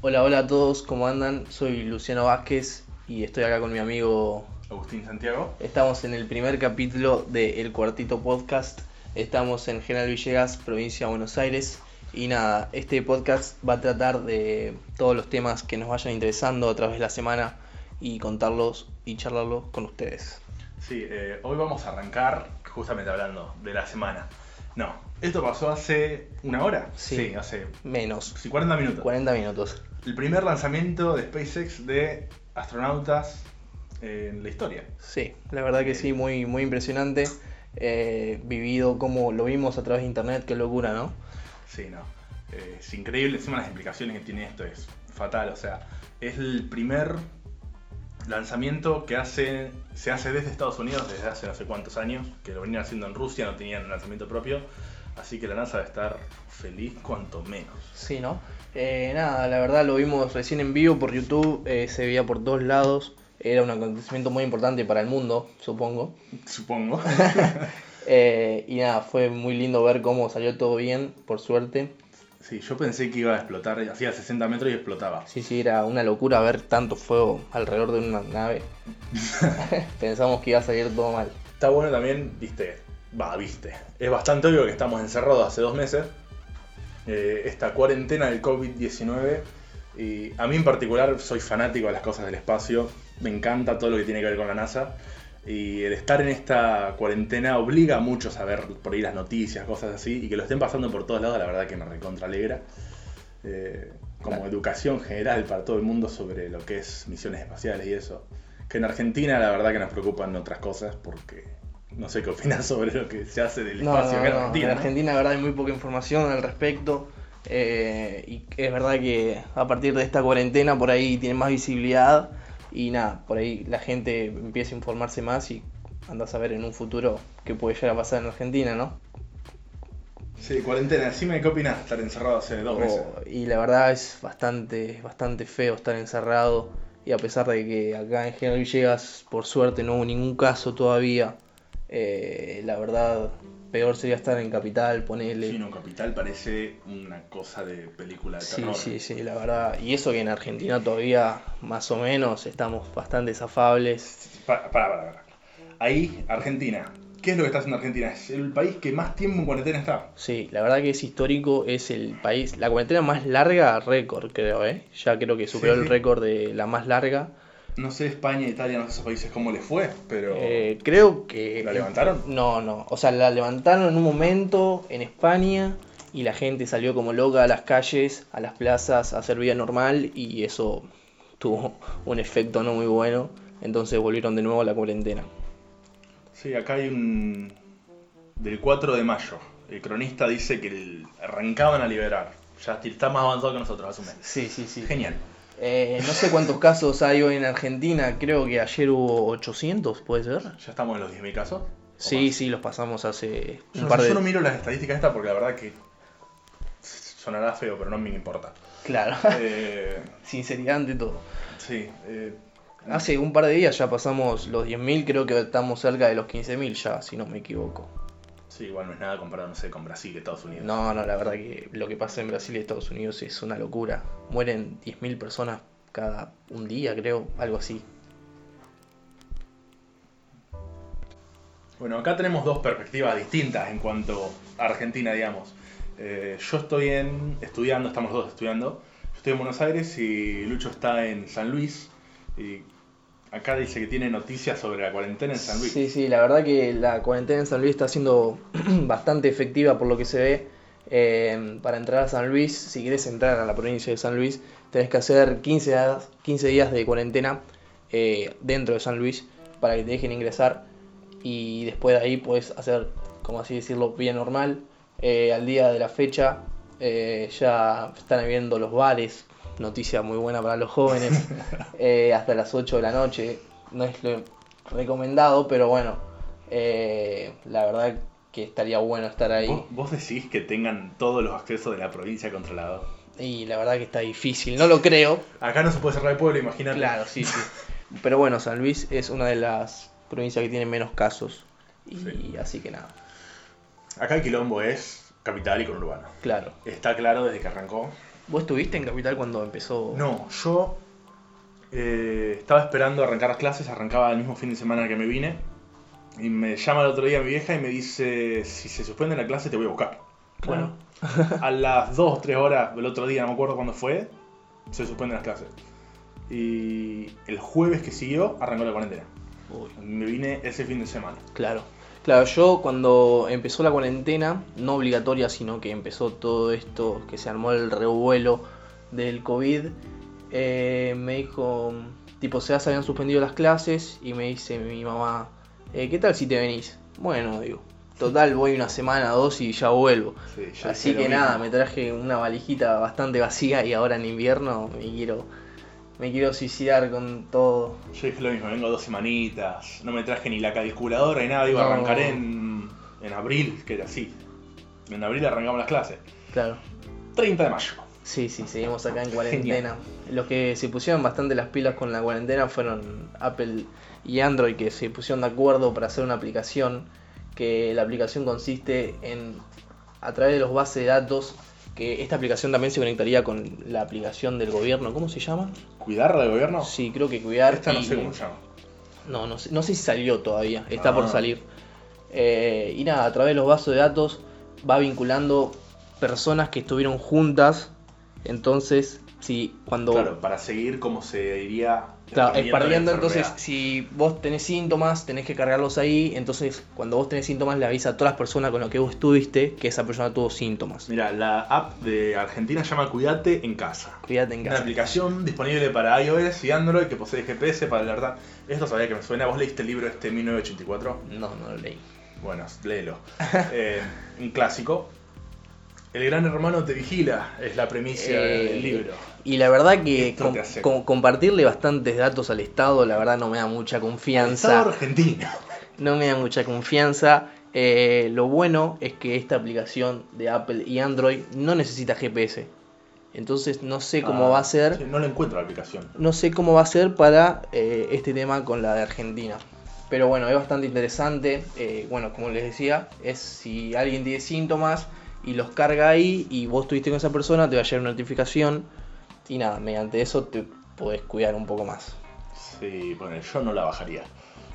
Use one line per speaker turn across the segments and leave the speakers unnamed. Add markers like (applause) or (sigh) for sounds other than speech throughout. Hola, hola a todos, ¿cómo andan? Soy Luciano Vázquez y estoy acá con mi amigo.
Agustín Santiago.
Estamos en el primer capítulo de El Cuartito Podcast. Estamos en General Villegas, provincia de Buenos Aires. Y nada, este podcast va a tratar de todos los temas que nos vayan interesando a través de la semana y contarlos y charlarlos con ustedes.
Sí, eh, hoy vamos a arrancar justamente hablando de la semana. No, esto pasó hace una hora.
Sí.
hace
Menos
sí, 40 minutos.
40 minutos.
El primer lanzamiento de SpaceX de astronautas en la historia.
Sí, la verdad que sí, muy, muy impresionante. Eh, vivido como lo vimos a través de internet, qué locura, ¿no?
Sí, no. Eh, es increíble, encima las implicaciones que tiene esto es fatal. O sea, es el primer lanzamiento que hace, se hace desde Estados Unidos desde hace no sé cuántos años, que lo venían haciendo en Rusia, no tenían un lanzamiento propio. Así que la NASA debe estar feliz cuanto menos.
Sí, ¿no? Eh, nada, la verdad lo vimos recién en vivo por YouTube, eh, se veía por todos lados, era un acontecimiento muy importante para el mundo, supongo.
Supongo.
Eh, y nada, fue muy lindo ver cómo salió todo bien, por suerte.
sí, yo pensé que iba a explotar, hacía 60 metros y explotaba.
Sí, sí, era una locura ver tanto fuego alrededor de una nave. (laughs) Pensamos que iba a salir todo mal.
Está bueno también, viste, va, viste. Es bastante obvio que estamos encerrados hace dos meses. eh, esta cuarentena del COVID-19. Y a mí en particular soy fanático de las cosas del espacio. Me encanta todo lo que tiene que ver con la NASA. Y el estar en esta cuarentena obliga a muchos a ver por ahí las noticias, cosas así. Y que lo estén pasando por todos lados, la verdad que me recontra alegra. Eh, como
Claro.
educación general para todo el mundo sobre lo que es misiones espaciales y eso. Que en Argentina la verdad que nos preocupan otras cosas porque no sé qué opinas (laughs) sobre lo que se hace del
No,
espacio
no,
acá
no,
en Argentina.
En
¿no?
Argentina, la verdad, hay muy poca información al respecto. eh, y es verdad que a partir de esta cuarentena por ahí tiene más visibilidad. Y nada, por ahí la gente empieza a informarse más y anda a saber en un futuro qué puede llegar a pasar en Argentina, ¿no?
Sí, cuarentena, decime qué opinas de estar encerrado hace dos meses.
O- y la verdad es bastante, es bastante feo estar encerrado. Y a pesar de que acá en General Villegas, por suerte, no hubo ningún caso todavía. eh, la verdad, peor sería estar en Capital, ponerle.
Chino Capital parece una cosa de película de
Sí,
terror.
sí, sí, la verdad. Y eso que en Argentina todavía, más o menos, estamos bastante zafables.
Para, para, para, Ahí, Argentina. ¿Qué es lo que está haciendo Argentina? Es el país que más tiempo en cuarentena está.
Sí, la verdad que es histórico, es el país, la cuarentena más larga, récord, creo, ¿eh? Ya creo que superó
Sí,
el
sí.
récord de la más larga.
No sé España, Italia, no sé esos países cómo les fue, pero...
Eh, creo que...
¿La levantaron?
No, no. O sea, la levantaron en un momento en España y la gente salió como loca a las calles, a las plazas, a hacer vida normal y eso tuvo un efecto no muy bueno. Entonces volvieron de nuevo a la cuarentena.
Sí, acá hay un. Del 4 de mayo. El cronista dice que el- arrancaban a liberar. Ya está más avanzado que nosotros hace un mes.
Sí, sí, sí.
Genial.
Eh, no sé cuántos casos hay hoy en Argentina, creo que ayer hubo 800, ¿puede ser?
Ya estamos en los 10.000 casos. ¿o
Sí,
más?
sí, los pasamos hace un
Yo, no
par
sé,
de...
yo no miro las estadísticas estas porque la verdad que. Sonará feo, pero no me importa.
Claro, (laughs)
Eh,
sinceridad ante todo.
sí. eh,
Hace un par de días ya pasamos los 10.000, creo que estamos cerca de los 15.000 ya, si no me equivoco.
sí, igual no es nada comparado, no sé, con Brasil, Estados Unidos.
No, no, la verdad que lo que pasa en Brasil y Estados Unidos es una locura. Mueren 10.000 personas cada un día, creo, algo así.
Bueno, acá tenemos dos perspectivas distintas en cuanto a Argentina, digamos. Eh, yo estoy en, estudiando, estamos los dos estudiando. Yo estoy en Buenos Aires y Lucho está en San Luis. Y acá dice que tiene noticias sobre la cuarentena en San Luis.
Sí, sí, la verdad que la cuarentena en San Luis está siendo (clears throat) bastante efectiva por lo que se ve. Eh, para entrar a San Luis, si quieres entrar a la provincia de San Luis, tenés que hacer 15 días, 15 días de cuarentena eh, dentro de San Luis para que te dejen ingresar y después de ahí puedes hacer, como así decirlo, bien normal. Eh, al día de la fecha eh, ya están abriendo los bares, noticia muy buena para los jóvenes, eh, hasta las 8 de la noche. No es lo recomendado, pero bueno, eh, la verdad que estaría bueno estar ahí.
¿Vos, vos decís que tengan todos los accesos de la provincia controlados.
Y la verdad que está difícil, no lo creo,
Acá no se puede cerrar el pueblo, imagínate.
Claro, sí, sí. (laughs) Pero bueno, San Luis es una de las provincias que tiene menos casos. Y
Sí.
así que nada,
Acá el quilombo es capital y conurbano.
claro.
Está claro desde que arrancó.
¿Vos estuviste en Capital cuando empezó?
No, yo eh, estaba esperando arrancar las clases, arrancaba el mismo fin de semana que me vine. Y me llama el otro día mi vieja y me dice, si se suspende la clase te voy a buscar.
Claro.
Bueno, a las 2 o 3 horas del otro día, no me acuerdo cuándo fue, se suspenden las clases. Y el jueves que siguió arrancó la cuarentena.
Uy,
Me vine ese fin de semana.
claro. Claro, yo cuando empezó la cuarentena, no obligatoria, sino que empezó todo esto, que se armó el revuelo del COVID, eh, me dijo, tipo, se habían suspendido las clases y me dice mi mamá, eh, ¿qué tal si te venís? Bueno, digo,
(laughs)
total, voy una semana, dos y ya vuelvo.
Sí, yo
Así
hice lo
que
mismo.
nada, me traje una valijita bastante vacía y ahora en invierno me quiero, me quiero suicidar con todo.
Yo dije lo mismo, vengo dos semanitas, no me traje ni la calculadora ni nada, iba a
No.
arrancar en, en abril, que era así. En abril arrancamos las clases.
Claro.
30 de mayo.
Sí, sí, seguimos acá en cuarentena. Los que se pusieron bastante las pilas con la cuarentena fueron Apple y Android, que se pusieron de acuerdo para hacer una aplicación, que la aplicación consiste en, a través de los bases de datos, que esta aplicación también se conectaría con la aplicación del gobierno, ¿cómo se llama?
¿Cuidarla del gobierno?
Sí, creo que cuidar.
Oh. Esta no
y-
sé cómo se llama.
no, no sé, no sé si salió todavía, está por
Ah.
salir. Eh, y nada, a través de los vasos de datos va vinculando personas que estuvieron juntas. Entonces, si cuando.
Claro, para seguir como se iría
Claro, espardeando,
expandiendo la
entonces
enfermedad.
si vos tenés síntomas, tenés que cargarlos ahí. Entonces, cuando vos tenés síntomas, le avisa a todas las personas con las que vos estuviste que esa persona tuvo síntomas.
Mira, la app de Argentina se llama Cuídate en casa.
Cuídate en
Una
casa.
aplicación disponible para iOS y Android que posee GPS para alertar. Esto sabía que me suena. ¿Vos leíste el libro este 1984?
No, no lo leí.
Bueno, léelo. Eh, un clásico. El gran hermano te vigila, es la premisa
Eh,
del libro.
Y la verdad que
Esto
com-
te hace-
com- compartirle bastantes datos al Estado, la verdad no me da mucha confianza.
Estado argentino.
no me da mucha confianza. Eh, lo bueno es que esta aplicación de Apple y Android no necesita GPS. Entonces no sé cómo
Ah,
va a
sí,
ser.
No lo encuentro la aplicación.
No sé cómo va a ser para eh, este tema con la de Argentina. Pero bueno, es bastante interesante. Eh, bueno, como les decía, es si alguien tiene síntomas y los carga ahí y vos estuviste con esa persona, te va a llegar una notificación. Y nada, mediante eso te podés cuidar un poco más.
Sí, bueno, yo no la bajaría.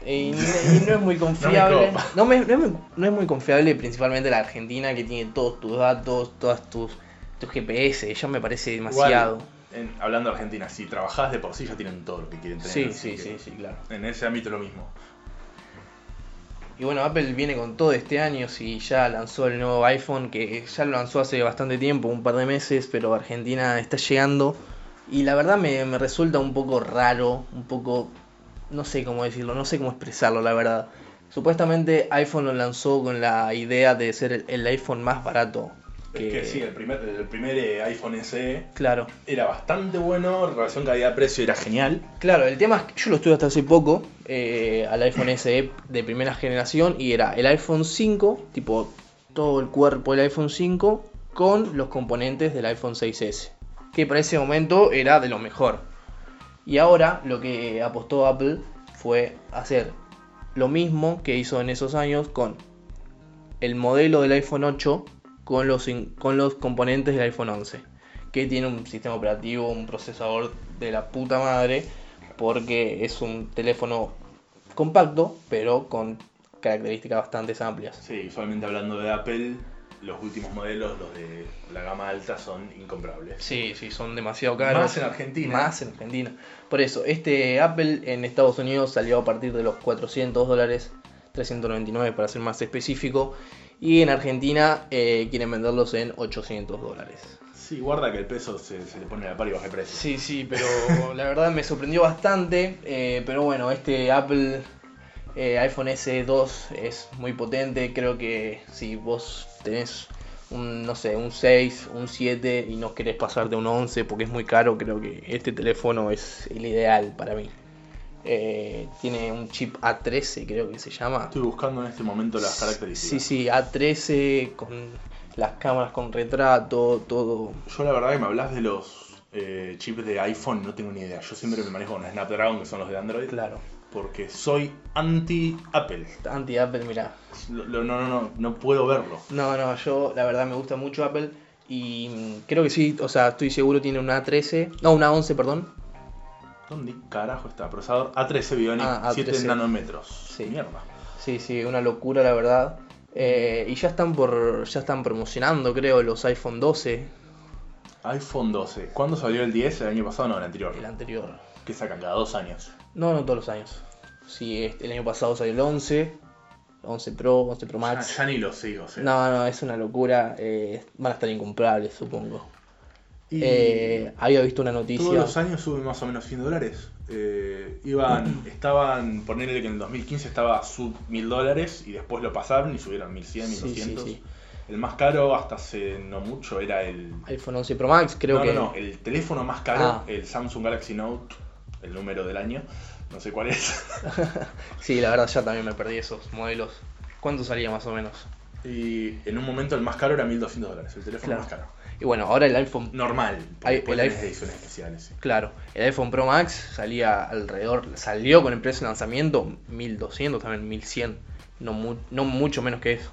Y no, y no es muy confiable.
copa.
No, me- no es muy- no es muy confiable, principalmente la Argentina, que tiene todos tus datos, todas tus, tus GPS. Ya me parece demasiado.
Igual, en- hablando de Argentina, si trabajás de por sí ya tienen todo lo que quieren tener.
sí, sí,
así
sí,
que
sí, claro.
En ese ámbito lo mismo.
Y bueno, Apple viene con todo este año. Si ya lanzó el nuevo iPhone, que ya lo lanzó hace bastante tiempo, un par de meses, pero Argentina está llegando. Y la verdad me, me resulta un poco raro, un poco. No sé cómo decirlo, no sé cómo expresarlo, la verdad. Supuestamente iPhone lo lanzó con la idea de ser el, el iPhone más barato.
Es que sí, el primer, el primer eh, iPhone SE
Claro.
era bastante bueno, relación calidad-precio era genial.
Claro, el tema es que yo lo estuve hasta hace poco eh, al iPhone SE de primera generación y era el iPhone 5, tipo todo el cuerpo del iPhone 5 con los componentes del iPhone 6S, que para ese momento era de lo mejor. Y ahora lo que apostó Apple fue hacer lo mismo que hizo en esos años con el modelo del iPhone 8 con los, in- con los componentes del iPhone 11, que tiene un sistema operativo, un procesador de la puta madre, porque es un teléfono compacto, pero con características bastante amplias.
Sí, usualmente hablando de Apple, los últimos modelos, los de la gama alta, son incomprables.
Sí, sí, son demasiado caros.
Más en Argentina.
Más en Argentina. Por eso, este Apple en Estados Unidos salió a partir de los 400 dólares, 399 para ser más específico, y en Argentina eh, quieren venderlos en 800 dólares.
Sí, guarda que el peso se, se le pone a la par y baja el precio.
Sí, sí, pero (laughs) la verdad me sorprendió bastante. eh, pero bueno, este Apple eh, iPhone SE 2 es muy potente. Creo que si vos tenés un, no sé, un 6, un 7 y no querés pasarte un 11 porque es muy caro, creo que este teléfono es el ideal para mí. Eh, tiene un chip A13, creo que se llama.
Estoy buscando en este momento las
Sí,
características.
sí, A13 con las cámaras con retrato, todo.
Yo la verdad que me hablas de los eh, chips de iPhone, no tengo ni idea. Yo siempre me manejo con los Snapdragon, que son los de Android,
Claro.
porque soy anti-Apple.
Anti-Apple, mirá.
Lo- lo- no, no, no, no puedo verlo.
No, no, yo la verdad me gusta mucho Apple. Y mm, creo que sí, o sea, estoy seguro tiene una 13, no, una 11, perdón.
¿Dónde carajo está? Procesador A13 Bionic,
Ah,
7
A13.
nanómetros.
Sí.
Mierda.
Sí, sí, una locura la verdad. Eh, y ya están por ya están promocionando, creo, los iPhone 12,
iPhone 12. ¿Cuándo salió el 10? ¿El año pasado? No, el anterior.
el anterior.
Que sacan cada dos años.
No, no todos los años. Sí, este, el año pasado salió el 11, 11 Pro, 11 Pro
Ah, Ya,
Max.
ya ni lo sigo. o sea.
No, no, es una locura. eh, van a estar incomprables, supongo.
Y
Eh, había visto una
todos
noticia.
los años suben más o menos 100 dólares. Eh,
(clears throat)
iban, estaban, ponerle que en el 2015 estaba sub 1000 dólares y después lo pasaron y subieron 1100,
Sí, sí,
1200.
sí.
El más caro hasta hace no mucho era el...
iPhone 11 Pro Max, creo
no,
que.
no, no, el teléfono más caro,
Ah.
el Samsung Galaxy Note, el número del año, no sé cuál es. (laughs)
Sí, la verdad, ya también me perdí esos modelos. ¿Cuánto salía más o menos?
Y en un momento el más caro era 1200 dólares, el teléfono
Claro.
más caro.
Y bueno, ahora el iPhone.
Normal,
Hay-
porque
el
hay
iPhone-
ediciones especiales. sí.
Claro, el iPhone Pro Max salía alrededor, salió con el precio de lanzamiento 1200, también 1100, no, mu- no mucho menos que eso.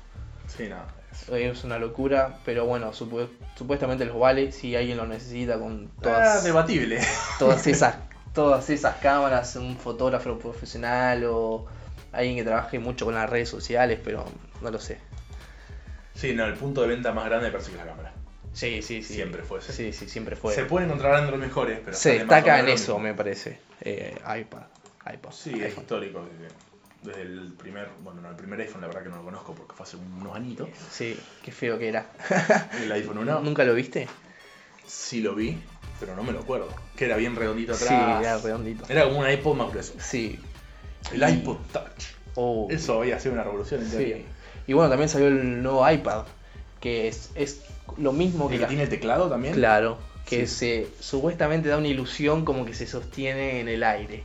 Sí, nada.
Es una locura, pero bueno, supu- supuestamente los vale si alguien lo necesita con
Ah,
todas,
debatible.
todas esas todas esas cámaras, un fotógrafo profesional o alguien que trabaje mucho con las redes sociales, pero no lo sé.
(laughs) Sí, no, el punto de venta más grande parece que es la cámara.
Sí, sí, sí.
Siempre fue ese.
Sí, sí, siempre fue.
Se pueden encontrar Android mejores, pero.
Se
sale más o
destaca en
menos
eso,
lo mismo.
me parece. Eh, iPad, iPod,
Sí, es
iPhone.
histórico. desde- Desde el primer. Bueno, no, el primer iPhone, la verdad que no lo conozco porque fue hace
(laughs)
unos añitos.
Sí, qué feo que era.
El iPhone 1
¿Nunca lo viste?
sí lo vi, pero no me lo acuerdo. Que era bien redondito atrás.
Sí, era redondito.
Era como un iPod más grueso.
Sí.
El
Y-
iPod Touch.
Oh,
Eso había sido una revolución en teoría.
sí. Y bueno, también salió el nuevo iPad, que es, es lo mismo que
El que
la-
tiene teclado también.
Claro, que se supuestamente da una ilusión como que se sostiene en el aire.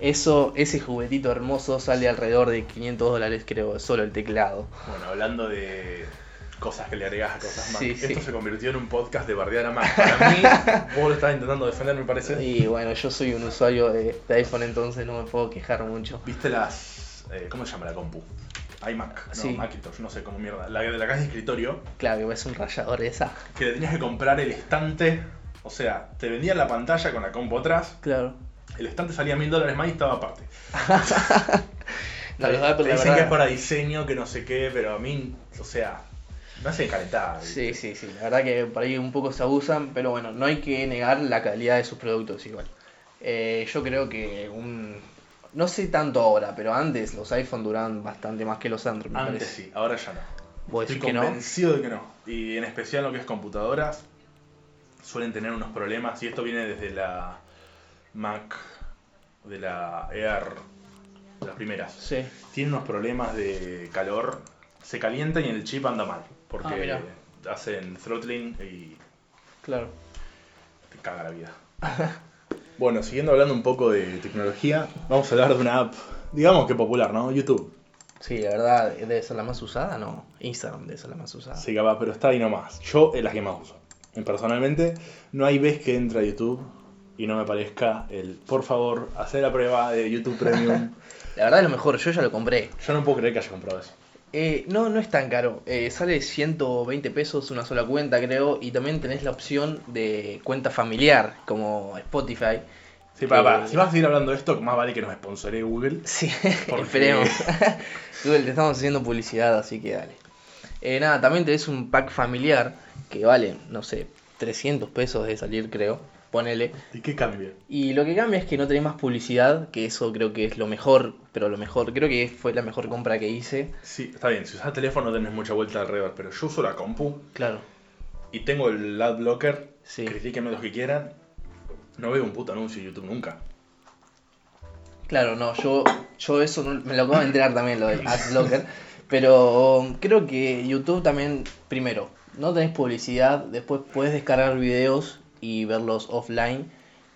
Eso, ese juguetito hermoso sale alrededor de 500 dólares, creo, solo el teclado.
Bueno, hablando de cosas que le agregás a cosas más.
Sí,
Esto
sí.
se convirtió en un podcast de bardear a Mac. Para
(laughs)
mí, vos lo estás intentando defender, me parece.
Y bueno, yo soy un usuario de, de iPhone, entonces no me puedo quejar mucho.
¿Viste las. eh, ¿Cómo se llama la compu? iMac, no,
Sí.
Macintosh, no sé cómo mierda. La de la caja de escritorio,
Claro, es un rayador esa.
que le tenías que comprar el estante. O sea, te vendían la pantalla con la compu atrás,
Claro.
el estante salía mil dólares más y estaba aparte.
No,
Te-
los Apple, (laughs)
te
la
dicen que es
verdad-
para diseño, que no sé qué, pero a mí, o sea, me hacen calentar.
Sí, sí, sí. La verdad que por ahí un poco se abusan, pero bueno, no hay que negar la calidad de sus productos igual. Eh, yo creo que un... No sé tanto ahora, pero antes los iPhone duraban bastante más que los Android, me
Antes
parece.
sí, ahora ya no.
¿Vos
Estoy
decís que no?
convencido de que no. Y en especial lo que es computadoras, suelen tener unos problemas. Y esto viene desde la Mac, de la Air, las primeras.
Sí.
Tiene unos problemas de calor, se calienta y el chip anda mal.
Ah,
Porque
mirá.
hacen throttling y
Claro.
te caga la vida. (laughs) bueno, siguiendo hablando un poco de tecnología, vamos a hablar de una app, digamos que popular, ¿no? YouTube.
Sí, la verdad, debe ser la más usada, ¿no? Instagram debe ser la más usada.
Sí, capaz, pero está ahí nomás. Yo es la que más uso. Y Personalmente, no hay vez que entra a YouTube y no me parezca el por favor, hacer la prueba de YouTube Premium. (laughs)
La verdad es lo mejor, yo ya lo compré.
Yo no puedo creer que haya comprado eso.
Eh, no, no es tan caro. Eh, sale 120 pesos una sola cuenta, creo. Y también tenés la opción de cuenta familiar, como Spotify.
Sí, para, para.
Eh,
Si vas a seguir hablando de esto, más vale que nos sponsore Google.
Sí, (laughs)
Porque-
esperemos. (laughs) Google, te estamos haciendo publicidad, así que dale. Eh, nada, también tenés un pack familiar que vale, no sé, 300 pesos de salir, creo. Ponele.
¿Y qué cambia?
Y lo que cambia es que no tenés más publicidad, que eso creo que es lo mejor, pero lo mejor, creo que fue la mejor compra que hice.
Sí, está bien, si usas teléfono tenés mucha vuelta alrededor, pero yo uso la compu
Claro.
y tengo el adblocker.
Sí.
Critíquenme los que quieran. No veo un puto anuncio en YouTube nunca.
Claro, no, yo, yo eso no- me lo acabo de enterar también, lo
(laughs)
del Adblocker. Pero um, creo que YouTube también, primero, no tenés publicidad, después podés descargar videos y verlos offline.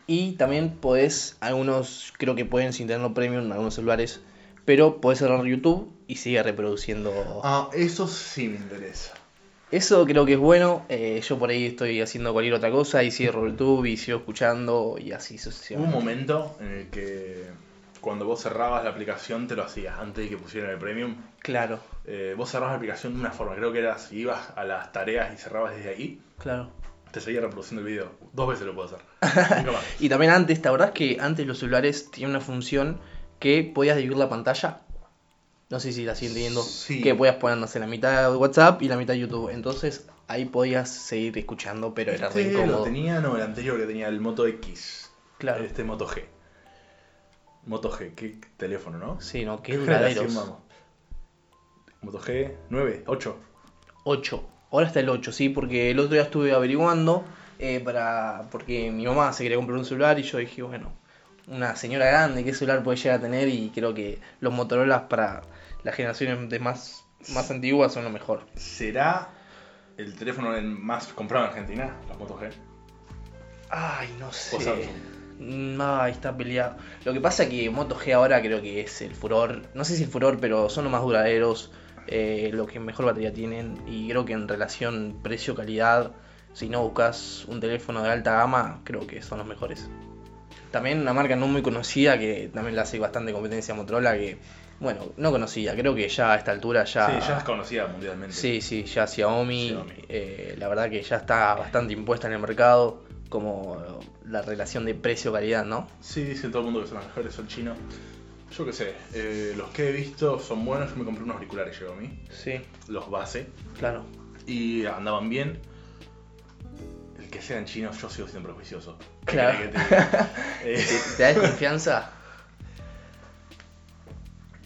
Y también podés, algunos creo que pueden sin tenerlo premium en algunos celulares, pero podés cerrar YouTube y sigue reproduciendo.
Ah, eso sí me interesa.
Eso creo que es bueno. eh, yo por ahí estoy haciendo cualquier otra cosa y cierro YouTube y sigo escuchando y así
Hubo un
sucesivamente.
momento en el que cuando vos cerrabas la aplicación te lo hacías antes de que pusieran el premium.
Claro,
Eh, vos cerrabas la aplicación de una forma, creo que era si ibas a las tareas y cerrabas desde ahí,
claro.
te seguía reproduciendo el video. Dos veces lo puedo (laughs) hacer. Nunca más.
Y también antes, ¿te acordás que antes los celulares tenían una función que podías dividir la pantalla? No sé si la siguen teniendo.
Sí.
Que podías poner, no sé, la mitad de WhatsApp y la mitad de YouTube. Entonces ahí podías seguir escuchando, pero era re
Este lo
incómodo.
tenía, no, el anterior que tenía el Moto X.
Claro.
Este Moto G. Moto G, qué teléfono, ¿no?
Sí, no,
(laughs)
qué
Generación,
duraderos.
vamos. Moto G, 9, 8.
8. Ahora está el 8, sí, porque el otro día estuve averiguando eh, para porque mi mamá se quería comprar un celular y yo dije, bueno, una señora grande, ¿qué celular puede llegar a tener? Y creo que los Motorola para las generaciones de más, más antiguas son lo mejor.
¿Será el teléfono el más comprado en Argentina? La Moto G.
Ay, no sé.
O Samsung.
Mm, Ay, está peleado. Lo que pasa es que Moto G ahora creo que es el furor. No sé si el furor, pero son los más duraderos. eh, los que mejor batería tienen. Y creo que en relación precio-calidad, si no buscas un teléfono de alta gama, creo que son los mejores. También una marca no muy conocida que también la hace bastante competencia a Motorola. Que, bueno, no conocida. Creo que ya a esta altura ya.
Sí, ya es conocida mundialmente.
Sí, sí, ya Xiaomi,
Xiaomi.
eh, la verdad que ya está bastante impuesta en el mercado como la relación de precio-calidad, ¿no?
Sí, dice todo el mundo que son las mejores, son chinos. Yo qué sé, eh, los que he visto son buenos. Yo me compré unos auriculares Xiaomi,
Sí,
los base,
claro.
y andaban bien. El que sean chinos, yo sigo siendo prejuicioso. ¿Qué
Claro.
querés que te
(laughs)
diga? Eh,
¿Te da confianza?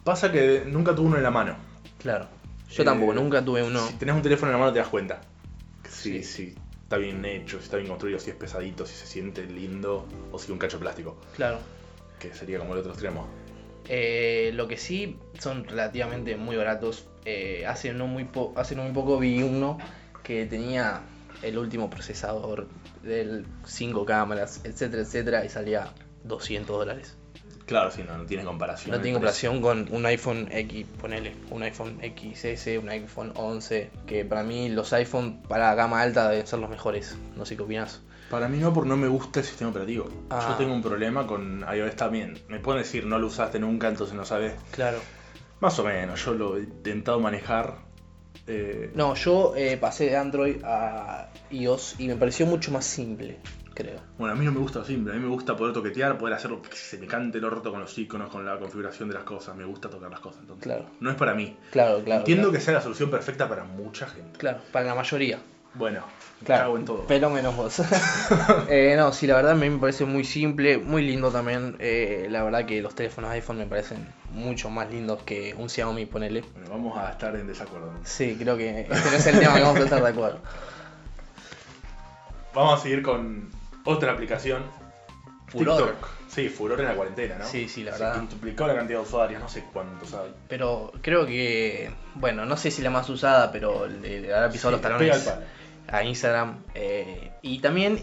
pasa que nunca tuve uno en la mano.
(laughs) Claro. Yo
Eh,
tampoco, nunca tuve uno.
Si tenés un teléfono en la mano, te das cuenta. Sí,
Sí.
sí. Está bien hecho, si está bien construido, si es pesadito, si se siente lindo, o si un cacho de plástico,
Claro.
que sería como el otro extremo.
Eh, lo que sí son relativamente muy baratos. Eh, hace, no muy po- hace no muy poco vi uno que tenía el último procesador del 5 cámaras, etcétera, etcétera, y salía 200 dólares.
Claro, sí, no, no tiene comparación.
No
el
tiene
precio.
comparación con un iPhone X, ponele, un iPhone XS, un iPhone 11, que para mí los iPhone para gama alta deben ser los mejores. No sé qué opinas.
Para mí no, porque no me gusta el sistema operativo.
Ah.
Yo tengo un problema con iOS también. Me pueden decir, no lo usaste nunca, entonces no sabes.
Claro.
Más o menos, yo lo he intentado manejar. eh,
No, yo eh, pasé de Android a iOS y me pareció mucho más simple, creo.
Bueno, a mí no me gusta simple, a mí me gusta poder toquetear, poder hacer lo que se me cante el orto con los iconos, con la configuración de las cosas. Me gusta tocar las cosas, entonces.
Claro.
No es para mí.
Claro, claro.
Entiendo
claro.
que sea la solución perfecta para mucha gente.
Claro, para la mayoría.
Bueno,
Claro,
cago en todo.
pero menos
(laughs)
vos. Eh, no, sí, la verdad a mí me parece muy simple, muy lindo también. Eh, la verdad que los teléfonos iPhone me parecen mucho más lindos que un Xiaomi, ponele.
Bueno, vamos a estar en desacuerdo.
Sí, creo que este no es el tema que vamos a estar de acuerdo.
Vamos a seguir con otra aplicación.
Furor.
TikTok. Sí, furor en la cuarentena, ¿no?
Sí, sí, la
Se
verdad.
Duplicó la cantidad de usuarios, no sé cuántos hay.
Pero creo que, bueno, no sé si la más usada, pero le, le habrá pisado los
Sí, le pega
talones
al palo.
a Instagram. eh, y también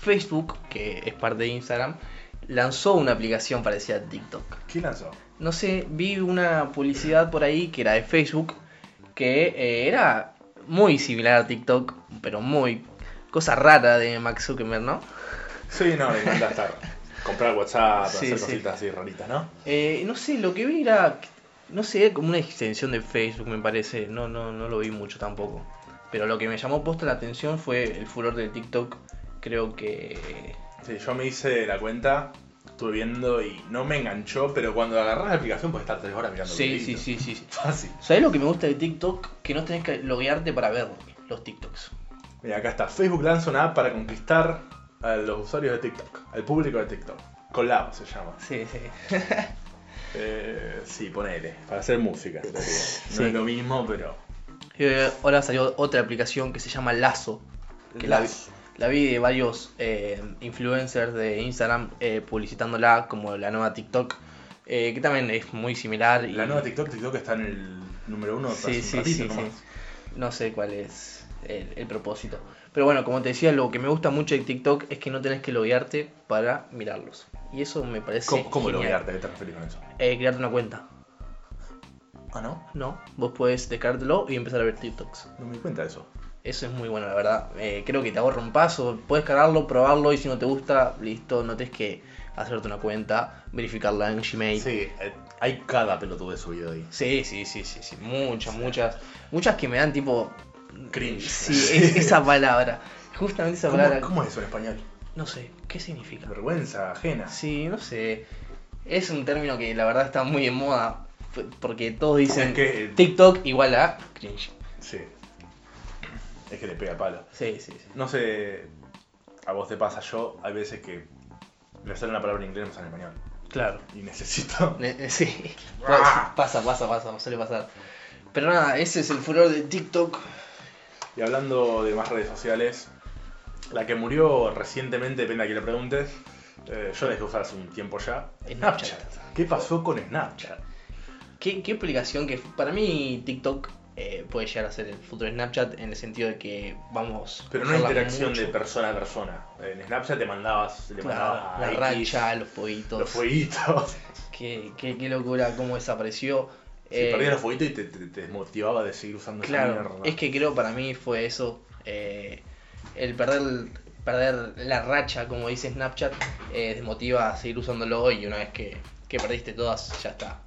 Facebook, que es parte de Instagram, lanzó una aplicación parecida a TikTok.
¿Quién lanzó?
No sé, vi una publicidad por ahí que era de Facebook, que eh, era muy similar a TikTok, pero muy... Cosa rara de Mark Zuckerberg, ¿no?
Sí, no, le
(laughs)
encanta estar. Comprar WhatsApp,
Sí,
hacer
sí.
cositas así raritas, ¿no?
Eh, no sé, lo que vi era, no sé, como una extensión de Facebook me parece, no, no, no lo vi mucho tampoco. Pero lo que me llamó posta la atención fue el furor de TikTok, creo que...
Sí, yo me hice la cuenta, estuve viendo y no me enganchó, pero cuando agarras la aplicación puedes estar tres horas mirando
Sí, sí,
videitos.
sí, sí, sí.
Fácil.
¿Sabés lo que me gusta de TikTok? Que no tenés que loguearte para ver los TikToks.
Mira, acá está. Facebook lanza una app para conquistar a los usuarios de TikTok, al público de TikTok. Collab se llama.
Sí, sí.
Eh, sí, ponele. Para hacer música. en realidad. No es lo mismo, pero.
Eh, ahora salió otra aplicación que se llama Lazo. Que la,
Lazo.
la vi de varios eh, influencers de Instagram eh, publicitándola como la nueva TikTok. eh, que también es muy similar. y-
La nueva TikTok, TikTok está en el número uno. hace
Sí,
un
sí,
ratito
sí, sí.
nomás.
No sé cuál es el, el propósito. Pero bueno, como te decía, lo que me gusta mucho de TikTok es que no tenés que loguearte para mirarlos. Y eso me parece.
¿Cómo, cómo lo voy a
genial.
darte? ¿Qué te referís con eso?
Eh, crearte una cuenta.
Ah, no.
No, vos podés descargártelo y empezar a ver TikToks.
No me di cuenta de eso.
Eso es muy bueno, la verdad. Eh, creo que te ahorra un paso. Puedes cargarlo, probarlo y si no te gusta, listo, no tenés que hacerte una cuenta, verificarla en Gmail. Sí,
Sí, eh, hay cada pelotudo de subido ahí.
sí, sí, sí, sí, muchas, muchas. Muchas que me dan tipo.
Cringe.
Sí, es- esa palabra. Justamente esa
¿Cómo,
palabra.
cómo es eso en español?
No sé, ¿qué significa?
Vergüenza ajena.
Sí, no sé. Es un término que la verdad está muy en moda. p- Porque todos dicen
Es que-
TikTok igual a cringe.
Sí. Es que le pega palo.
Sí, sí, sí.
No sé, a vos te pasa, yo hay veces que me sale una palabra en inglés y me sale en español.
Claro.
Y necesito...
Eh, eh, (laughs) Sí.
Ah.
Pasa, pasa, pasa, suele pasar. Pero nada, ese es el furor de TikTok.
Y hablando de más redes sociales, la que murió recientemente, depende a quién le preguntes, eh, yo la dejé usar hace un tiempo ya.
Snapchat.
¿Qué pasó con Snapchat?
¿Qué, qué aplicación que para mí TikTok eh, puede llegar a ser el futuro de Snapchat en el sentido de que vamos. a
Pero no hay
usarla
interacción
mucho.
de persona a persona. En Snapchat te mandabas, le mandabas
Claro, la
a X,
racha, los fueguitos.
los fueguitos. (laughs)
Qué, qué- qué locura cómo desapareció.
Si
Eh,
perdías los fueguitos y te, te- te desmotivaba de seguir usando esa
Claro,
mierda.
es que creo para mí fue eso. eh, el perder perder la racha, como dice Snapchat, eh, desmotiva a seguir usándolo y una vez que, que perdiste todas, ya está.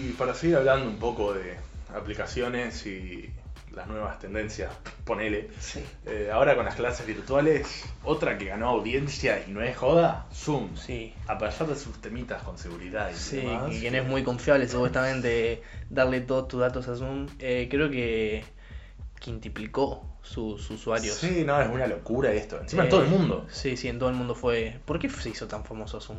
Y para seguir hablando un poco de aplicaciones y las nuevas tendencias, ponele.
Sí.
eh, ahora con las clases virtuales, otra que ganó audiencia y no es joda, Zoom.
Sí.
A pesar de sus temitas con seguridad y
Sí,
demás.
y que no es muy confiable supuestamente darle todos tus datos a Zoom. Eh, creo que quintiplicó sus usuarios.
Sí, no, es una locura esto. Encima en
Eh,
todo el mundo.
Sí, sí, en todo el mundo fue. ¿Por qué se hizo tan famoso Zoom?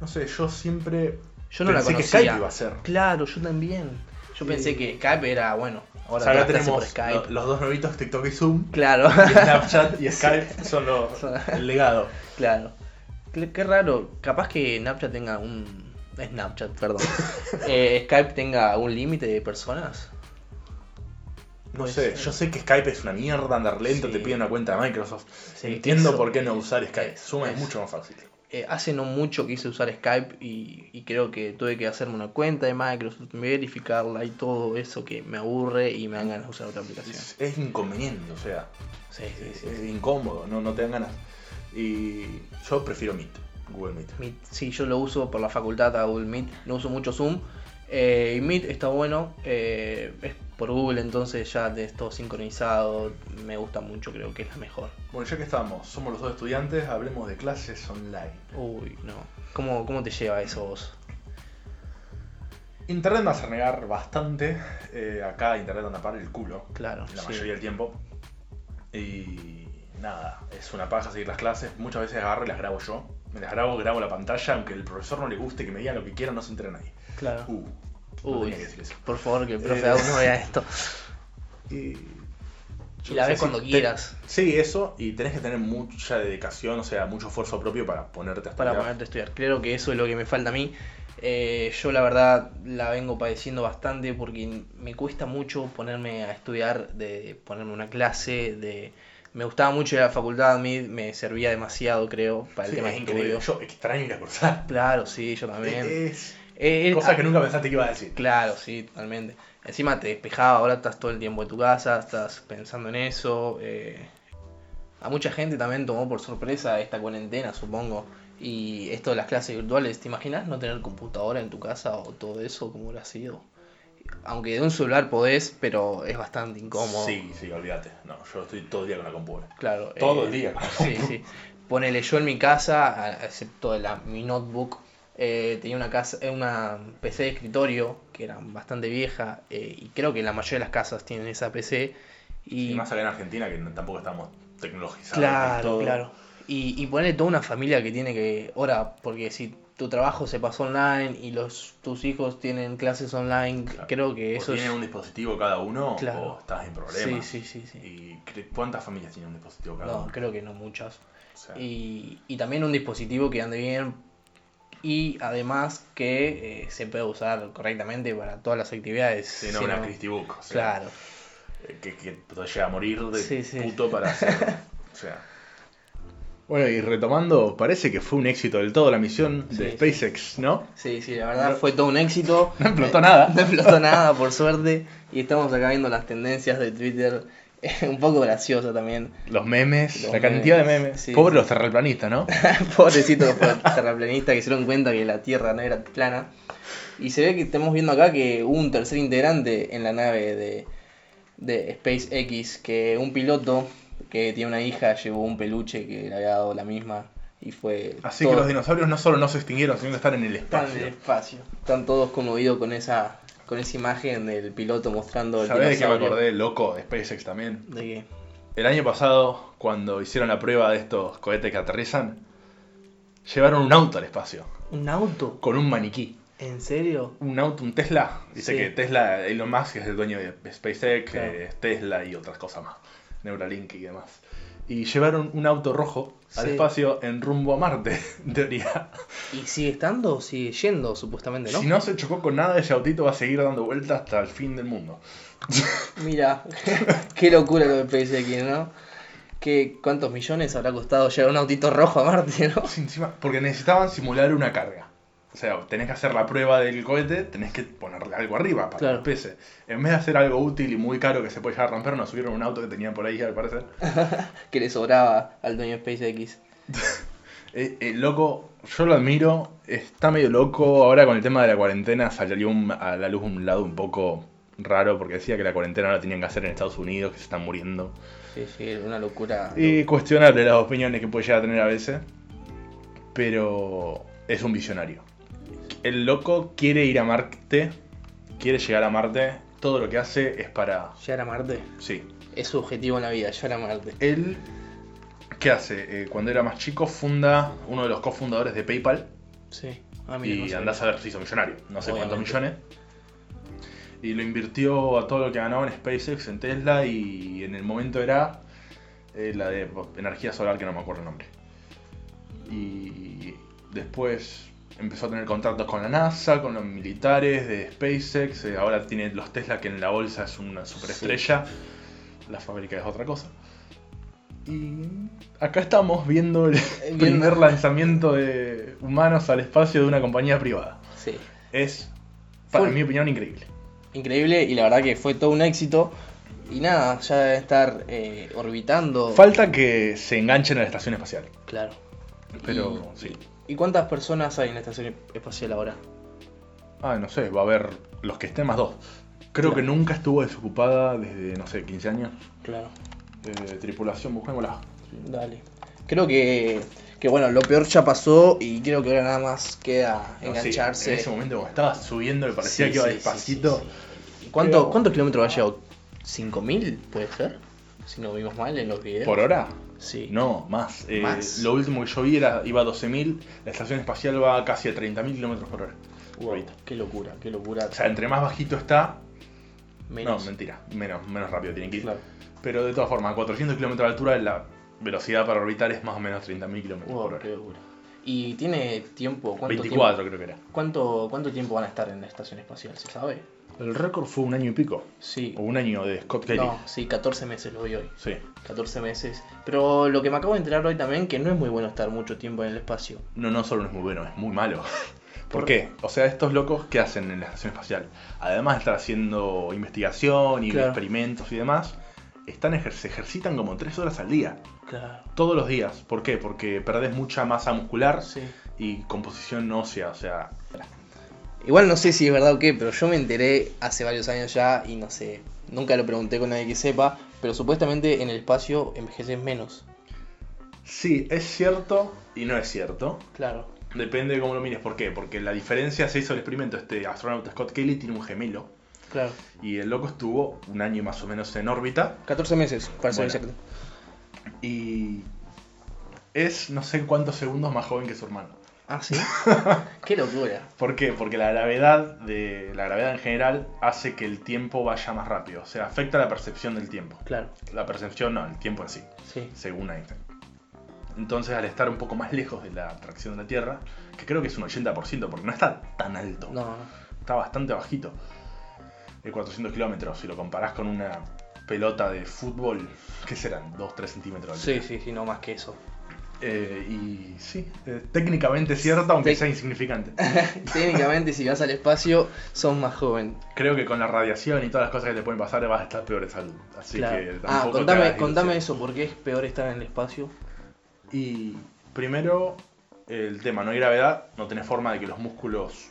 No sé, yo siempre
Yo no la
pensé que
conocía.
Skype iba a ser.
Claro, yo también. Yo
Sí.
pensé que Skype era bueno.
O
Ahora
sea, acá
te hace por
tenemos
Skype.
lo- los dos novitos, TikTok y Zoom. (laughs)
Claro,
Y Snapchat y Skype son los,
(laughs) Son-
el legado.
(laughs) claro. Qué, qué raro. Capaz que Snapchat tenga un. Snapchat,
(laughs)
perdón. Eh, Skype tenga un límite de personas.
No
Puede
sé,
ser.
yo sé que Skype es una mierda, andar lento,
Sí.
te piden una cuenta de Microsoft.
Sí,
Entiendo
eso.
por qué no usar Skype.
Eso,
Zoom es
eso.
mucho más fácil.
Eh, hace no mucho quise usar Skype y, y creo que tuve que hacerme una cuenta de Microsoft, verificarla y todo eso que me aburre y me dan ganas de usar otra aplicación.
Es, es inconveniente, o sea,
Sí, sí,
es,
sí.
es incómodo, no, no te dan ganas. Y yo prefiero Meet, Google Meet.
Meet, sí, yo lo uso por la facultad a Google Meet, no uso mucho Zoom. Eh, y Meet está bueno, eh, es por Google, entonces ya de todo sincronizado, me gusta mucho, creo que es la mejor.
Bueno, ya que estamos, somos los dos estudiantes, hablemos de clases online.
Uy, no. ¿Cómo, cómo te lleva eso vos?
Internet me hace renegar bastante. eh, acá Internet anda para el culo.
Claro.
la
sí.
mayoría del tiempo. Y nada, es una paja seguir las clases. Muchas veces agarro y las grabo yo. Me las grabo, grabo la pantalla, aunque el profesor no le guste que me digan lo que quiera, no se entera nadie.
Claro.
Uh, no
Ah. Uy,
tenía que decir eso.
por favor, que el profe
Eh.
aún no vea esto.
Y,
Y la ves cuando quieras.
Sí, eso, y tenés que tener mucha dedicación, o sea, mucho esfuerzo propio para ponerte a
para
estudiar.
ponerte a estudiar. Creo que eso es lo que me falta a mí. Eh, yo la verdad la vengo padeciendo bastante porque me cuesta mucho ponerme a estudiar, de ponerme una clase, de... Me gustaba mucho ir a la facultad, a mí me servía demasiado, creo, para el
Sí,
tema
es
de
increíble.
estudio.
Yo extraño ir a cursar.
Claro, sí, yo también.
Es
Eh, eh,
cosa
ah,
que nunca pensaste que iba a decir.
Claro, sí, totalmente. Encima te despejaba, ahora estás todo el tiempo en tu casa, estás pensando en eso. eh. A mucha gente también tomó por sorpresa esta cuarentena, supongo. Y esto de las clases virtuales, ¿te imaginas no tener computadora en tu casa o todo eso como hubiera sido? Aunque de un celular podés, pero es bastante incómodo.
Sí, sí, olvídate. No, yo estoy todo el día con la computadora.
Claro.
Todo
eh,
el día.
Sí, sí. Ponele yo en mi casa, a- excepto de la, mi notebook, eh, tenía una, casa, eh, una PC de escritorio que era bastante vieja eh, y creo que la mayoría de las casas tienen esa PC. Y,
Y más acá en Argentina, que no- tampoco estamos tecnologizados. y
claro,
todo.
claro. Y, y ponele toda una familia que tiene que, ahora, porque si tu trabajo se pasó online y los tus hijos tienen clases online,
Claro.
creo que
O
eso
tienen
es...
un dispositivo cada uno
Claro.
o estás en problemas.
Sí, sí, sí, sí.
¿Y cre- cuántas familias tienen un dispositivo cada
No,
uno?
creo que no muchas.
O sea,
y, y también un dispositivo que ande bien y además que eh, se pueda usar correctamente para todas las actividades.
sí, no,
Si
una
no-
Christie Book. o sea,
Claro,
eh, Que, que te llega a morir de
Sí, sí.
puto
(laughs)
para hacer. o sea. Bueno, y retomando, parece que fue un éxito del todo la misión
de Sí, sí.
SpaceX, ¿no?
sí, sí, la verdad fue todo un éxito.
(laughs) No explotó nada.
No explotó nada, por suerte. Y estamos acá viendo las tendencias de Twitter (laughs) un poco graciosa también.
Los memes,
Los
la cantidad de
memes,
memes.
sí.
Pobre los
(laughs)
terraplanistas, ¿no?
Pobrecitos los terraplanistas que se dieron cuenta que la Tierra no era plana. Y se ve que estamos viendo acá que hubo un tercer integrante en la nave de, de SpaceX, que un piloto que tiene una hija llevó un peluche que le había dado la misma y fue...
Así
todo-
que los dinosaurios no solo no se extinguieron, sino que están en el
están en el espacio.
espacio.
Están todos conmovidos con esa, con esa imagen del piloto mostrando el
¿Sabés de qué me
dinosaurio.
acordé, loco? De SpaceX también.
¿De qué?
El año pasado, cuando hicieron la prueba de estos cohetes que aterrizan, llevaron un auto al espacio,
¿Un auto?
con un maniquí.
¿En serio?
Un auto, un Tesla. Dice
Sí.
que Tesla, Elon Musk es el dueño de SpaceX,
Claro.
eh, Tesla y otras cosas más. Neuralink y demás. Y llevaron un auto rojo al
Sí.
espacio en rumbo a Marte, en teoría.
¿Y sigue estando o sigue yendo, supuestamente, no?
Si no se chocó con nada, ese autito va a seguir dando vueltas hasta el fin del mundo.
Mira, (laughs) qué locura lo de SpaceX, ¿no? ¿Qué, ¿Cuántos millones habrá costado llevar un autito rojo a Marte, (laughs) no?
Sí, encima, porque necesitaban simular una carga. O sea, tenés que hacer la prueba del cohete, tenés que ponerle algo arriba para
Claro.
que pese. En vez de hacer algo útil y muy caro que se puede llegar a romper, nos subieron un auto que tenían por ahí, al parecer.
Que le sobraba al dueño de SpaceX.
Eh, eh, loco, yo lo admiro, está medio loco. Ahora con el tema de la cuarentena salió un- a la luz un lado un poco raro, porque decía que la cuarentena no la tenían que hacer en Estados Unidos, que se están muriendo.
Sí, sí, una locura.
Y cuestionable las opiniones que puede llegar a tener a veces. Pero es un visionario. El loco quiere ir a Marte, quiere llegar a Marte. Todo lo que hace es para.
Llegar a Marte
Sí.
es su objetivo en la vida, llegar a Marte.
Él, ¿qué hace? Eh, cuando era más chico, funda uno de los cofundadores de PayPal.
Sí. Ah, mira, no
Y
sabía.
andás a ver si hizo millonario. No sé cuántos millones.
Obviamente.
Y lo invirtió a todo lo que ganaba en SpaceX, en Tesla y en el momento era eh, la de energía solar, que no me acuerdo el nombre. Y después empezó a tener contratos con la NASA, con los militares de SpaceX. eh, ahora tiene los Tesla, que en la bolsa es una superestrella. La fábrica es otra cosa. Y acá estamos viendo el
viendo-
primer lanzamiento de humanos al espacio de una compañía privada.
Sí.
Es, para
Fue-
mi opinión, increíble.
Increíble y la verdad que fue todo un éxito. Y nada, ya debe estar eh, orbitando.
Falta que se enganchen a la estación espacial.
claro.
Pero sí.
¿Y cuántas personas hay en la estación espacial ahora?
Ah, no sé, va a haber los que estén más dos. Creo
Claro.
que nunca estuvo desocupada desde, no sé, 15 años.
Claro.
Eh, tripulación, busquémosla.
Dale. Creo que, que bueno, lo peor ya pasó y creo que ahora nada más queda
No, Ah, sí,
engancharse.
en ese momento, cuando estaba subiendo, me parecía
Sí,
que iba
sí, sí,
despacito.
sí, sí. ¿Y cuánto-
Creo-
¿Cuántos kilómetros ha llegado? ¿5.000 puede ser? Si no vimos mal en los videos.
¿Por hora?
Sí.
No, más. Eh,
Más.
Lo último que yo vi era, iba a 12.000, la estación espacial va casi a 30.000 kilómetros por hora.
Wow, qué locura, qué locura.
O sea, entre más bajito está,
Menos.
no, mentira, menos, menos rápido tienen que ir.
Claro.
Pero de todas formas, a 400 kilómetros de altura la velocidad para orbitar es más o menos 30.000 kilómetros por
Wow,
hora.
qué locura. ¿Y tiene tiempo? ¿Cuánto
24
Tiempo,
creo que era.
¿cuánto, ¿Cuánto tiempo van a estar en la estación espacial? ¿Se sabe?
El récord fue un año y pico.
Sí.
O un año de Scott Kelly.
No, sí, 14 meses lo vi hoy.
Sí.
14 meses. Pero lo que me acabo de enterar hoy también, que no es muy bueno estar mucho tiempo en el espacio.
No, no solo no es muy bueno, es muy malo. ¿Por
(laughs) Por-
qué? O sea, estos locos, ¿qué hacen en la estación espacial? Además de estar haciendo investigación y
Claro.
experimentos y demás, están ejer- se ejercitan como tres horas al día,
Claro.
todos los días. ¿Por qué? Porque perdés mucha masa muscular
Sí.
y composición ósea, o sea...
Igual no sé si es verdad o qué, pero yo me enteré hace varios años ya y no sé, nunca lo pregunté con nadie que sepa, pero supuestamente en el espacio envejeces menos.
Sí, es cierto y no es cierto.
Claro.
Depende de cómo lo mires. ¿Por qué? Porque la diferencia se hizo el experimento. Este astronauta Scott Kelly tiene un gemelo
Claro.
y el loco estuvo un año más o menos en órbita
14 meses, para ser
Bueno.
exacto.
y es no sé cuántos segundos más joven que su hermano.
Ah, (laughs) sí. qué locura.
¿Por qué? Porque la gravedad de la gravedad en general hace que el tiempo vaya más rápido. O sea, afecta la percepción del tiempo.
Claro.
La percepción no, el tiempo en sí,
Sí.
según Einstein. Entonces, al estar un poco más lejos de la atracción de la Tierra, que creo que es un 80%, porque no está tan alto.
No, no.
está bastante bajito. De 400 kilómetros, si lo comparás con una pelota de fútbol, ¿qué serán? 2-3 centímetros. de
Sí,
altura.
sí, sí, no más que eso.
Eh, y sí, eh, técnicamente cierta, aunque
Tec-
sea insignificante.
Técnicamente, si vas al espacio, sos más joven.
Creo que con la radiación y todas las cosas que te pueden pasar vas a estar peor de salud. Así
Claro.
que tampoco
ah,
te
contame,
hagas
contame
ilusiones.
eso, ¿por qué es peor estar en el espacio?
Y primero, el tema, no hay gravedad, no tenés forma de que los músculos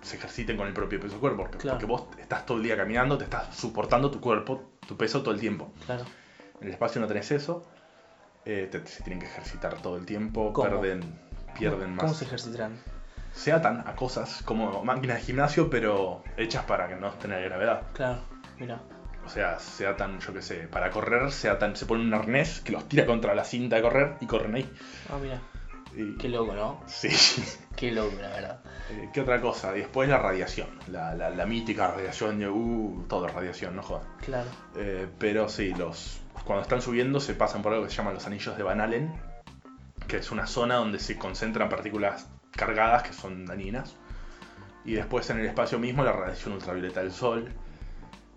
se ejerciten con el propio peso del cuerpo, porque,
Claro.
porque vos estás todo el día caminando, te estás soportando tu cuerpo, tu peso todo el tiempo.
Claro.
En el espacio no tenés eso, eh, te- se tienen que ejercitar todo el tiempo,
¿Cómo?
pierden, pierden
¿Cómo
más.
se ejercitarán?
Se atan a cosas como máquinas de gimnasio, pero hechas para que no tener gravedad.
Claro, mira.
O sea, se atan, yo qué sé, para correr, se atan, se ponen un arnés que los tira contra la cinta de correr y corren ahí.
Ah, mira.
Y-
Qué loco, ¿no?
Sí. (laughs)
Qué loco, la verdad.
Eh, ¿Qué otra cosa? Después la radiación, la, la- la mítica radiación, de, uh, todo es radiación, no jodas.
Claro.
Eh, pero sí, los cuando están subiendo se pasan por algo que se llaman los anillos de Van Allen, que es una zona donde se concentran partículas cargadas que son dañinas. Y después en el espacio mismo la radiación ultravioleta del sol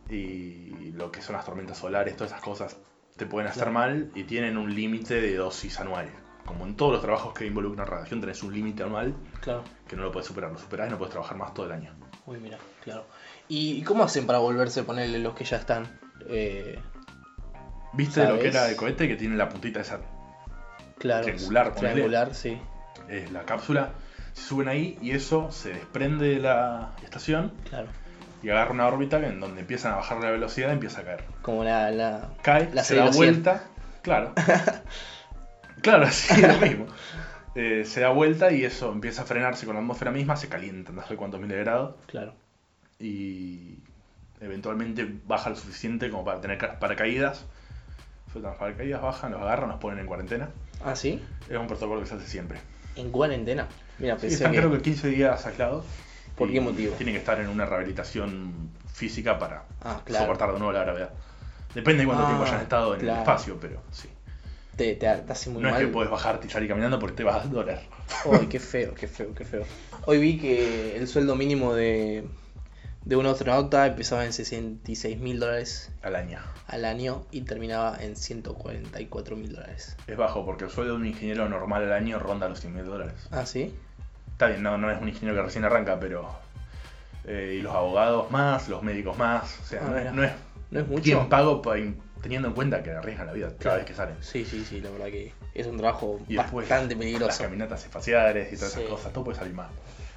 y lo que son las tormentas solares, todas esas cosas te pueden hacer
Claro.
mal y tienen un límite de dosis anual. Como en todos los trabajos que involucran radiación tenés un límite anual
Claro.
que no lo puedes superar, lo superás y no puedes trabajar más todo el año.
Uy, mira, claro. ¿Y cómo hacen para volverse ponerle los que ya están? Eh,
¿Viste lo que
¿Sabes?
era el cohete que tiene la puntita esa?
claro.
Triangular, ponele.
Triangular, sí.
Es la cápsula. Se suben ahí y eso se desprende de la estación
Claro.
y agarra una órbita en donde empiezan a bajar la velocidad y empieza a caer.
Como la. la...
Cae,
La
se da
velocidad.
vuelta. Claro. claro, sí, lo mismo. Eh, se da vuelta y eso empieza a frenarse con la atmósfera misma, se calienta, no sé cuántos miles de grados.
Claro.
y eventualmente baja lo suficiente como para tener ca- paracaídas. Sueltan los paracaídas, bajan, los agarran, los ponen en cuarentena.
¿Ah, sí?
Es un protocolo que se hace siempre.
En cuarentena. Mira,
Sí,
pensé
están
que.
creo que 15 días aislados.
¿Por qué
y
motivo?
Tienen que estar en una rehabilitación física para
Ah, claro.
soportar de nuevo la gravedad. Depende de cuánto
Ah,
tiempo hayan estado en el
claro.
espacio, pero sí.
Te, te, te hace muy
no
mal.
es que puedes bajarte y salir caminando porque te vas a doler.
Ay, qué feo, qué feo, qué feo. Hoy vi que el sueldo mínimo de, de un astronauta empezaba en 66 mil dólares
Al año.
al año y terminaba en 144 mil dólares.
Es bajo porque el sueldo de un ingeniero normal al año ronda los 100 mil dólares.
¿Ah, sí?
Está bien, no, no es un ingeniero que recién arranca, pero. eh, y los abogados más, los médicos más. O sea,
Ah,
no,
mira.
es, no es
¿No es mucho?
bien pago pa- in- teniendo en cuenta que arriesgan la vida cada
Claro.
vez que salen.
Sí, sí, sí, la verdad que es un trabajo
Y después,
bastante
Las
peligroso.
caminatas espaciales y todas
Sí.
esas cosas, todo puede salir mal.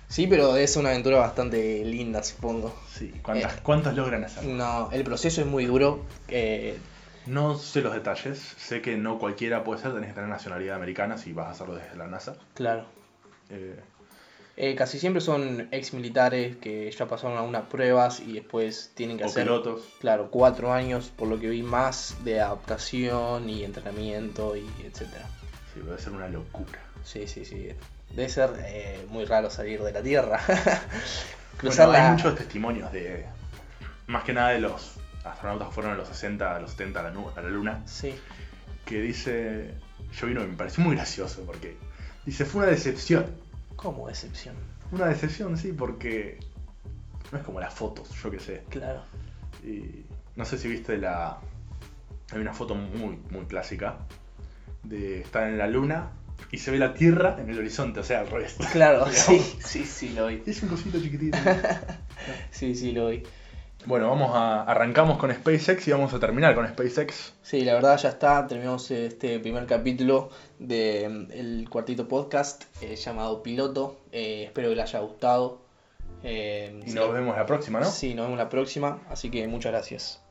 Sí, pero es una aventura bastante linda, supongo.
Sí,
eh.
¿cuántas, ¿cuántos logran hacer?
No, el proceso es muy duro. eh,
No sé los detalles, sé que no cualquiera puede ser, tenés que tener nacionalidad americana si vas a hacerlo desde la NASA.
claro.
Eh,
Eh, casi siempre son ex militares que ya pasaron algunas pruebas y después tienen que
o
hacer.
pilotos.
Claro, cuatro años, por lo que vi más de adaptación y entrenamiento y etcétera.
Sí, debe ser una locura.
Sí, sí, sí. Debe ser eh, muy raro salir de la Tierra. (laughs)
Bueno,
Cruzar la...
Hay muchos testimonios de. Más que nada de los astronautas que fueron a los 60, a los 70 a la, nu- a la Luna.
Sí,
que dice. Yo vino, me pareció muy gracioso porque. Dice, fue una decepción.
como decepción.
Una decepción, sí, porque. No es como las fotos, yo qué sé.
Claro.
Y no sé si viste la. Hay una foto muy, muy clásica. De estar en la luna y se ve la tierra en el horizonte, o sea, al revés.
Claro,
Digamos.
sí, sí, sí lo vi.
(laughs) Es un cosito chiquitito.
Sí, sí lo vi.
bueno, vamos a. Arrancamos con SpaceX y vamos a terminar con SpaceX.
Sí, la verdad ya está. Terminamos este primer capítulo del cuartito podcast eh, llamado Piloto. Eh, espero que les haya gustado. Eh,
Y
si
nos
lo-
vemos la próxima, ¿no?
Sí, nos vemos la próxima. Así que muchas gracias.